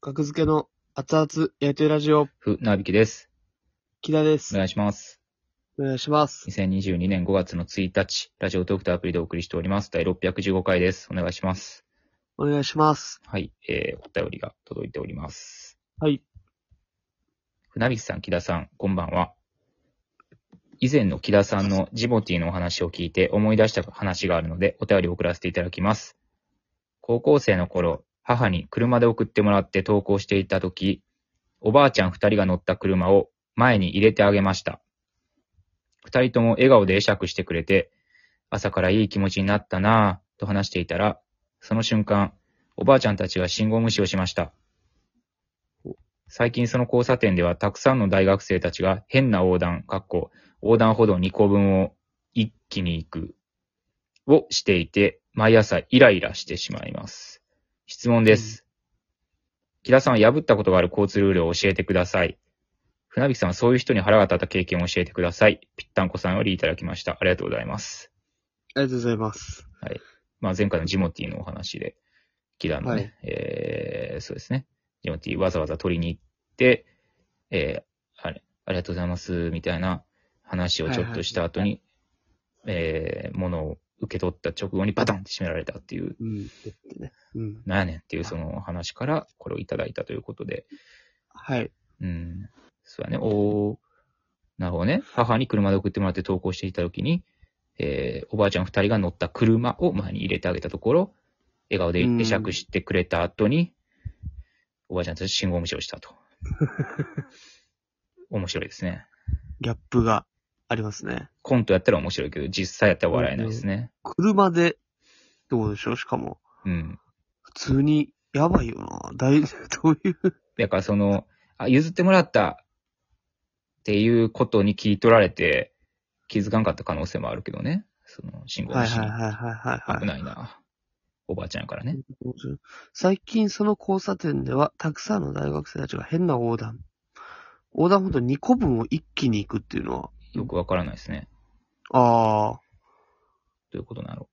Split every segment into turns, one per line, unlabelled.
格付けの熱々やりとりラジオ、
ふ、なびきです。
木田で
お
す。
願いします。
お願いします。
2022年5月の1日、ラジオトークとアプリでお送りしております。第615回です。お願いします。
お願いします。
はい、えー、お便りが届いております。
はい。
ふなびきさん、木田さん、こんばんは。以前の木田さんのジボティのお話を聞いて思い出した話があるので、お便りを送らせていただきます。高校生の頃、母に車で送ってもらって登校していた時、おばあちゃん二人が乗った車を前に入れてあげました。二人とも笑顔で会釈してくれて、朝からいい気持ちになったなぁと話していたら、その瞬間、おばあちゃんたちが信号無視をしました。最近その交差点ではたくさんの大学生たちが変な横断、かっこ横断歩道2個分を一気に行く、をしていて、毎朝イライラしてしまいます。質問です。木田さんは破ったことがある交通ルールを教えてください。船引さんはそういう人に腹が立った経験を教えてください。ぴったんこさんよりいただきました。ありがとうございます。
ありがとうございます。
まあ、前回のジモティのお話で、木田のね、えー、そうですね。ジモティわざわざ取りに行って、えー、あれ、ありがとうございます、みたいな話をちょっとした後に、えー、物を受け取った直後にバタンって閉められたっていう、
うん。ってねうん。
なんやねんっていうその話からこれをいただいたということで、
はい。
うん。そうだね。おーなるほどね。母に車で送ってもらって登校していた時に、えー、おばあちゃん二人が乗った車を前に入れてあげたところ、笑顔で
うん
会釈してくれた後に、おばあちゃんたち信号無視を したと。面白いですね。
ギャップがありますね。
コントやったら面白いけど、実際やったら笑えないですね。
車で、ってことでしょしかも、
うん。
普通に、やばいよな。大、 どういう、
だからその、あ、譲ってもらったっていうことに聞い取られて、気づかんかった可能性もあるけどね。その、信号
は
無
い
視
は
に
いはいはいはい、
危
はい。
ないな。おばあちゃんやからね。
最近その交差点では、たくさんの大学生たちが変な横断。横断ほんと2個分を一気に行くっていうのは、
よくわからないですね。
ああ、
どういうことなの、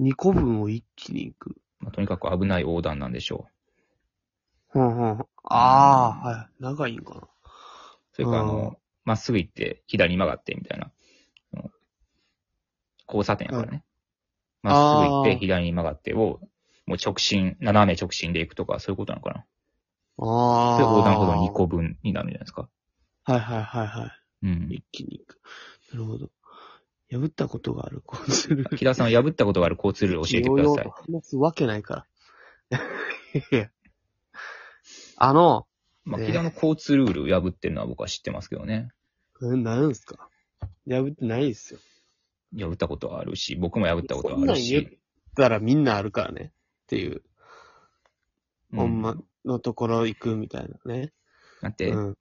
2個分を一気に行く。
まあ、とにかく危ない横断なんでしょ
ほんほん。ああ、はい。長いんかな。
う。それから、あ
あ
の、まっすぐ行って、左に曲がって、みたいな。その交差点やからね。まっすぐ行っ
あ
て、
ー
左に曲がってを、もう直進、斜め直進で行くとか、そういうことなのかな。
ああ。
で、横断歩道2。個分になるんじゃないですか。
はいはいはいは
うん
い。。一気に行く。なるほど。破ったことがある交通ルール。
木田さん、破ったことがある交通ルール教えてください。
い。話すわけないから。いやいやあの、
まあ、
ね
木田の交通ルール破ってるのは僕は知ってますけどね。
うん何ですか破ってないですよ。
破ったことはあるし、僕も破ったことはあ
そんなん
る
言っ
し。
たらみんなあるからね。っていう、
う
ほんまのところ行くみたいなね。
だって、
うん。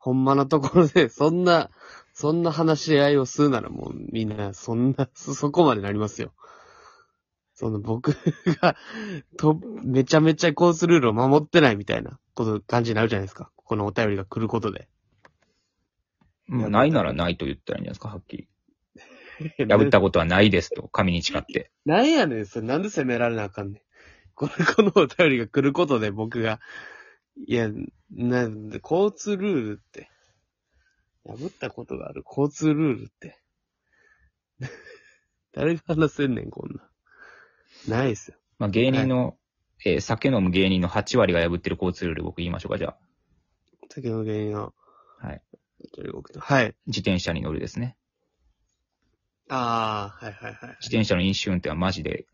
ほんまのところで、 そんな、そんな話し合いをするならもうみんな、そんな、そ、そこまでなりますよ。その僕が、と、めちゃめちゃコースルールを守ってないみたいなこと、感じになるじゃないですか。このお便りが来ることで。
まあないならないと言ったらいいんじゃないですか、はっきり。破ったことはないですと、神に誓って。
なんやねん、それなんで責められなあかん ねん。これ、このお便りが来ることで僕が、いや、なんで、交通ルールって、破ったことがある交通ルールって、 誰が話せんねん、こんなん。ないっすよ。
まあ、芸人の、えー酒飲む芸人の8割が破ってる交通ルール、僕言いましょうか、じゃあ。
酒の原因の。
はい。
はい。
自転車に乗るですね。
ああ、はいはいはい。
自転車の飲酒運転はマジで、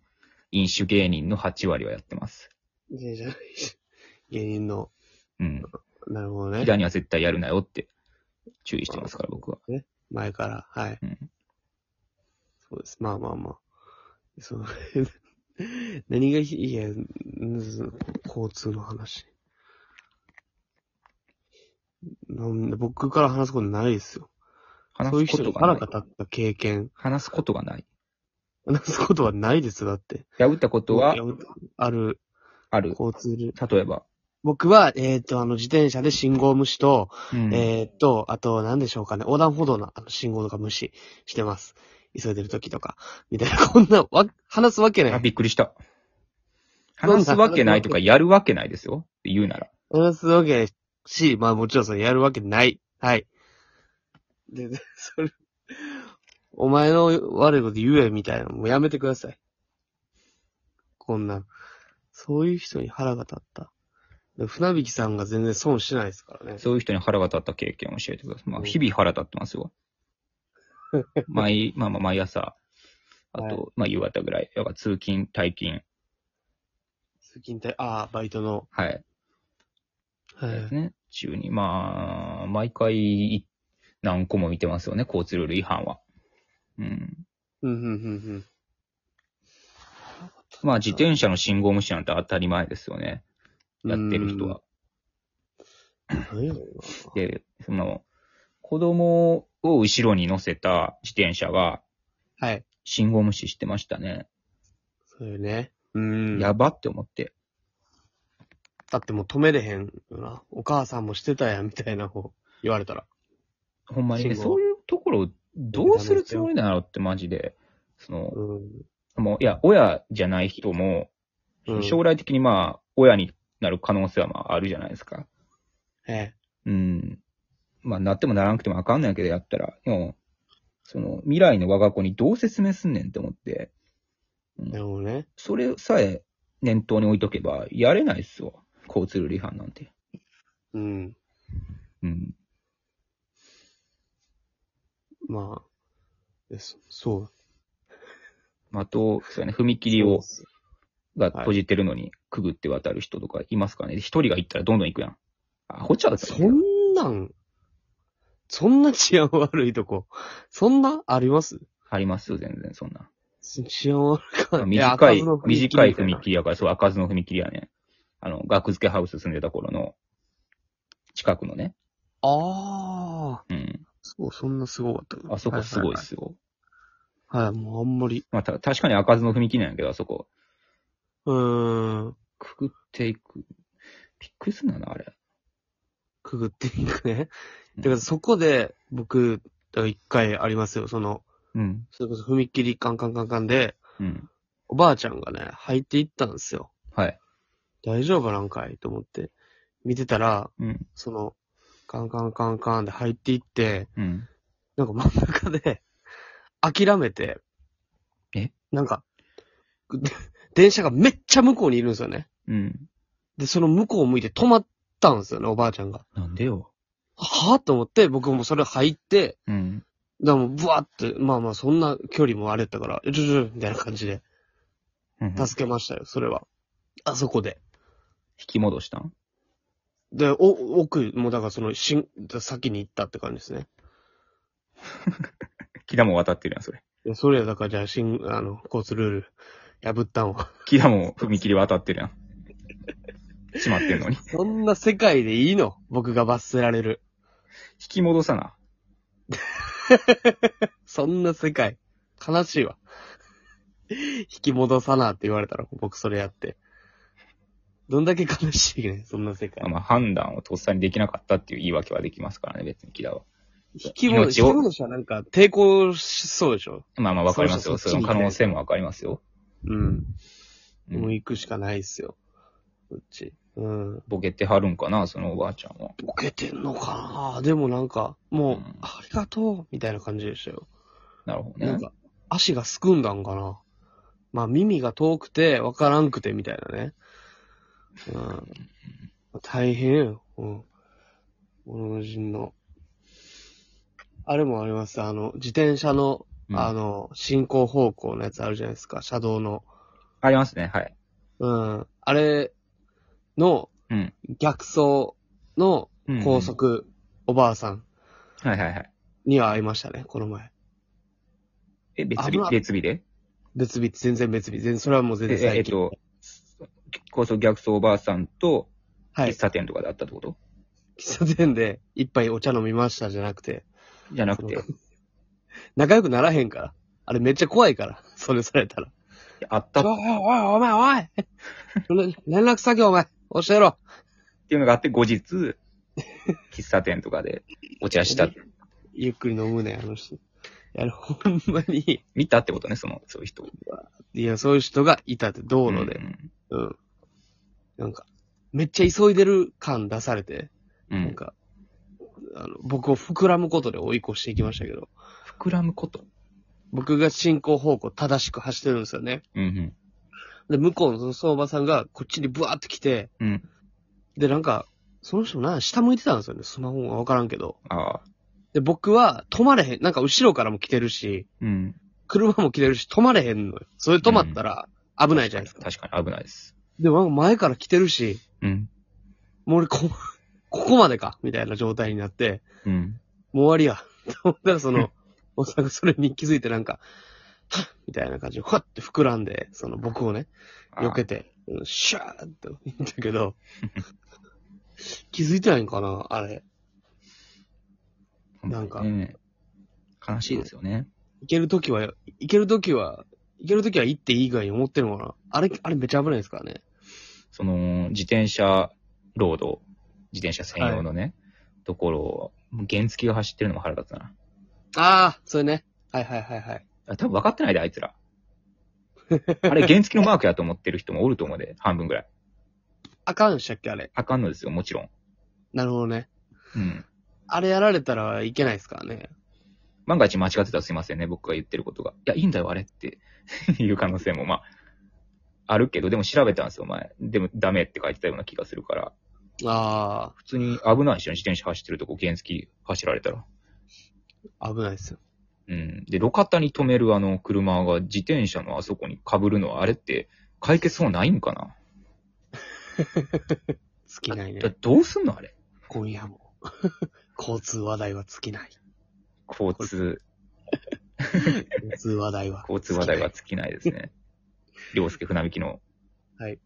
飲酒芸人の8割はやってます。
自転車。芸人の、
うん。
なるほどね。
左には絶対やるなよって、注意してますから、僕は。
前から、はい。
うん
そうです。まあまあまあ。そう。 何がひ、いや、ん交通の話。なんで、僕から話すことないですよ。そういう
話すこ
人
と
に
が
腹
ない
が。立った経験。
話すことがない。
話すことはないです、だって。
破ったことはい
やある、
ある。
交通ルール。
例えば。
僕は、えっ、と、あの、自転車で信号無視と、
うん
えっと、あと、何でしょうかね。横断歩道のあの信号とか無視してます。急いでる時とか。みたいな、こ んな、わ、話すわけない
あ、。びっくりした。話すわけないとか、やるわけないですよ。言うなら。
話すわけないし、まあもちろんそれやるわけない。はい。で、 でそれ、お前の悪いこと言えみたいなのもうやめてください。こんな、そういう人に腹が立った。で船引さんが全然損してないですからね。
そういう人に腹が立った経験を教えてください。ま
う
あ、
ん
日々腹立っ てますよ。毎、まあまあ、毎朝、あと、
はい
まあ、夕方ぐらい。やっぱ通勤、退勤。
通勤帯、ああ、バイトの。
はい。
は
ですね。中に、まあ、毎回、何個も見てますよね、交通ルール違反は。うん。
うん、うん、うん、
まあ、自転車の信号無視なんて当たり前ですよね。
うん。
やってる人は。
うん。何やろうな
で、その、子供を後ろに乗せた自転車が
はい。
信号無視してましたね。
そうよね。うん。
やばって思って。
だってもう止めれへんよな。お母さんもしてたやん、みたいな方言われたら。
ほんまにね、
信号
そういうところをどうするつもりなのってマジで、その、
うん。
もう、いや、親じゃない人も、
うん
将来的にまあ、親になる可能性はまああるじゃないですか。
え
うん。まあ、なってもならなくてもあかんないけど、やったら。でも、その、未来の我が子にどう説明すんねんって思って、
え。でもね。
それさえ念頭に置いとけば、やれないっすよ。交通ルール違反なんて。
うん。
うん。
まあ。です。そう。
まあ、あと、そうやね、踏切を、
そう
が閉じてるのに、くぐって渡る人とかいますからね。で一人が行ったらどんどん行くやん。あ、ほちゃう
そんなん、そんな治安悪いとこ、そんなあります
ありますよ、全然、そんな。
し治安悪
ま
か
あ
いや
短
開かずの踏切み
い、短い
たな
踏切やから、そう、開かずの踏切やね。あの、学付けハウス住んでた頃の、近くのね。
ああ、
うん。
そう、そんなすごかったけど
あそこすごいっ。すよ。
はいはいはい、はいもうあんまり。
まあ、た、確かに開かずの踏切なんやけど、あそこ。
うーん、
くぐっていく。びっくりすんなな、あれ。
くぐっていくね。
うん
だからそこで、僕、だから一回ありますよ、その、
うん。
それこそ踏切カンカンカンカンで、
うん。
おばあちゃんがね、入っていったんですよ。
はい。
大丈夫なんかいと思って、見てたら、
うん。
その、カンカンカンカンで入っていって、
うん。
なんか真ん中で、諦めて、
え
なんか、で電車がめっちゃ向こうにいるんですよね。
うん。
で、その向こうを向いて止まったんですよね、おばあちゃんが。
なんでよ。
はぁと思って、僕もそれ入って、
うん。
だからもうブワーって、まあまあそんな距離もあれやったから、えちょちょ、みたいな感じで、
うん引
助けましたよ、それは。あそこで。
き戻したん
で、お、奥、もうだからその、しん、先に行ったって感じですね。
木田も渡ってるやん、それ。
いやそれや、だからじゃあ、しん、あの、交通ルール、破ったんは。
木田も踏切渡ってるやん。閉まってんのに。引
そんな世界でいいの僕が罰せられる。
き戻さな。
そんな世界。悲しいわ。引き戻さなって言われたら、僕それやって。どんだけ悲しいね、そんな世
まあ
界。
まあ、判断をとっさにできなかったっていう言い訳はできますからね、別に木田は。
引き戻し、
命を
引き戻しはなんか抵抗しそうでしょ
まあまあ、わかりますよ。
そ
そう
そう
の可能性もわかりますよ。
うん。
うん
もう行くしかないっすよ。こっち。うん。
ボケてはるんかな、そのおばあちゃんは。
ボケてんのかなでもなんか、もう、
うん
ありがとうみたいな感じでしたよ。
なるほど
なん
ね。
か、足がすくんだんかな。まあ、耳が遠くて、わからんくて、みたいなね。うん。大変よ。うん。物の人の。あれもあります。あの、自転車の、
うん
あ
あ
の、進行方向のやつあるじゃないですか。車道の。
りますね、はい。
うん。あれの
うん、
逆走の
うん
高。速おばあさん
はいはいはい。
には会いましたね、この前。
え、別
危
日
な
別日で
別日、全然別日。全然、それはもう全
え
然
ええっ
最近。
と、高速逆走おばあさんと、
はい
喫。茶店とかであったってこと、
喫茶店で一杯お茶飲みましたじゃなくて、
じゃなくて、
仲良くならへんから。あれめっちゃ怖いから。それされたら。
あった
おいおい
っ
おいお前おい その連絡先お前、教えろ。
ていうのがあっ て、後日、喫茶店とかでお茶した。
ゆっくり飲むね、あの人。いや、ほんまに、
見たってことね、その、そういう人。
いや、そういう人がいたって、道路で。
うん
うん。なんか、めっちゃ急いでる感出されて、
う
なん
ん。
か、あの、僕を膨らむことで追い越していきましたけど、
膨らむこと。
僕が進行方向正しく走ってるんですよね。
うん
で、向こうのその相場さんがこっちにブワーって来て、
うん。うん。
で、なんか、その人な、下向いてたんですよね。スマホはわからんけど。
ああ。
で、僕は止まれへん。なんか後ろからも来てるし、
うん。
車も来てるし、止まれへんのよ。それ止まったら危ないじゃないですか。
確かに危ないです。
でもなんか前から来てるし、
うん。
もう俺こ、 ここまでかみたいな状態になって、
うん。
もう終わりや。と 思ったらその、おっさんがそれに気づいてなんか、はっみたいな感じで、ふわって膨らんで、その僕をね、避け
て。
て、うんシャーって言ったけど、気づいてないんかなあれ。なんか
ね悲しいですよね。
いけるときは、いけるときは、いけるときは行っていいぐらいに思ってるのかなあれ、あれめっちゃ危ないですからね。
その、自転車ロード、自転車専用のね、ところを、原付が走ってるのも腹立つな。
ああ、それね。はいはいはいはい。
あ多分分かってないで、あいつら。あれ、原付のマークやと思ってる人もおると思うで、半分ぐらい。
あかんでしたっけあれ。
あかんのですよ、もちろん。
なるほどね。
うん。
あれやられたらいけないですからね。
万が一間違ってたらすいませんね、僕が言ってることが。いや、いいんだよ、あれって いう可能性も、まあ、あるけど、でも調べたんですよ、前。でも、ダメって書いてたような気がするから。
あ
普通に危ないでしょ、自転車走ってるとこ、原付走られたら。
あ、危ないですよ。
うん。で、路肩に止めるあの車が自転車のあそこに被るのは、あれって解決法ないんかな
尽きないね
だ。どうすんのあれ。
今夜も。 交通話題は尽き ない。
交通、
交通話題は。
交通話題は尽きないですね。りょうすけ船引きの。
はい。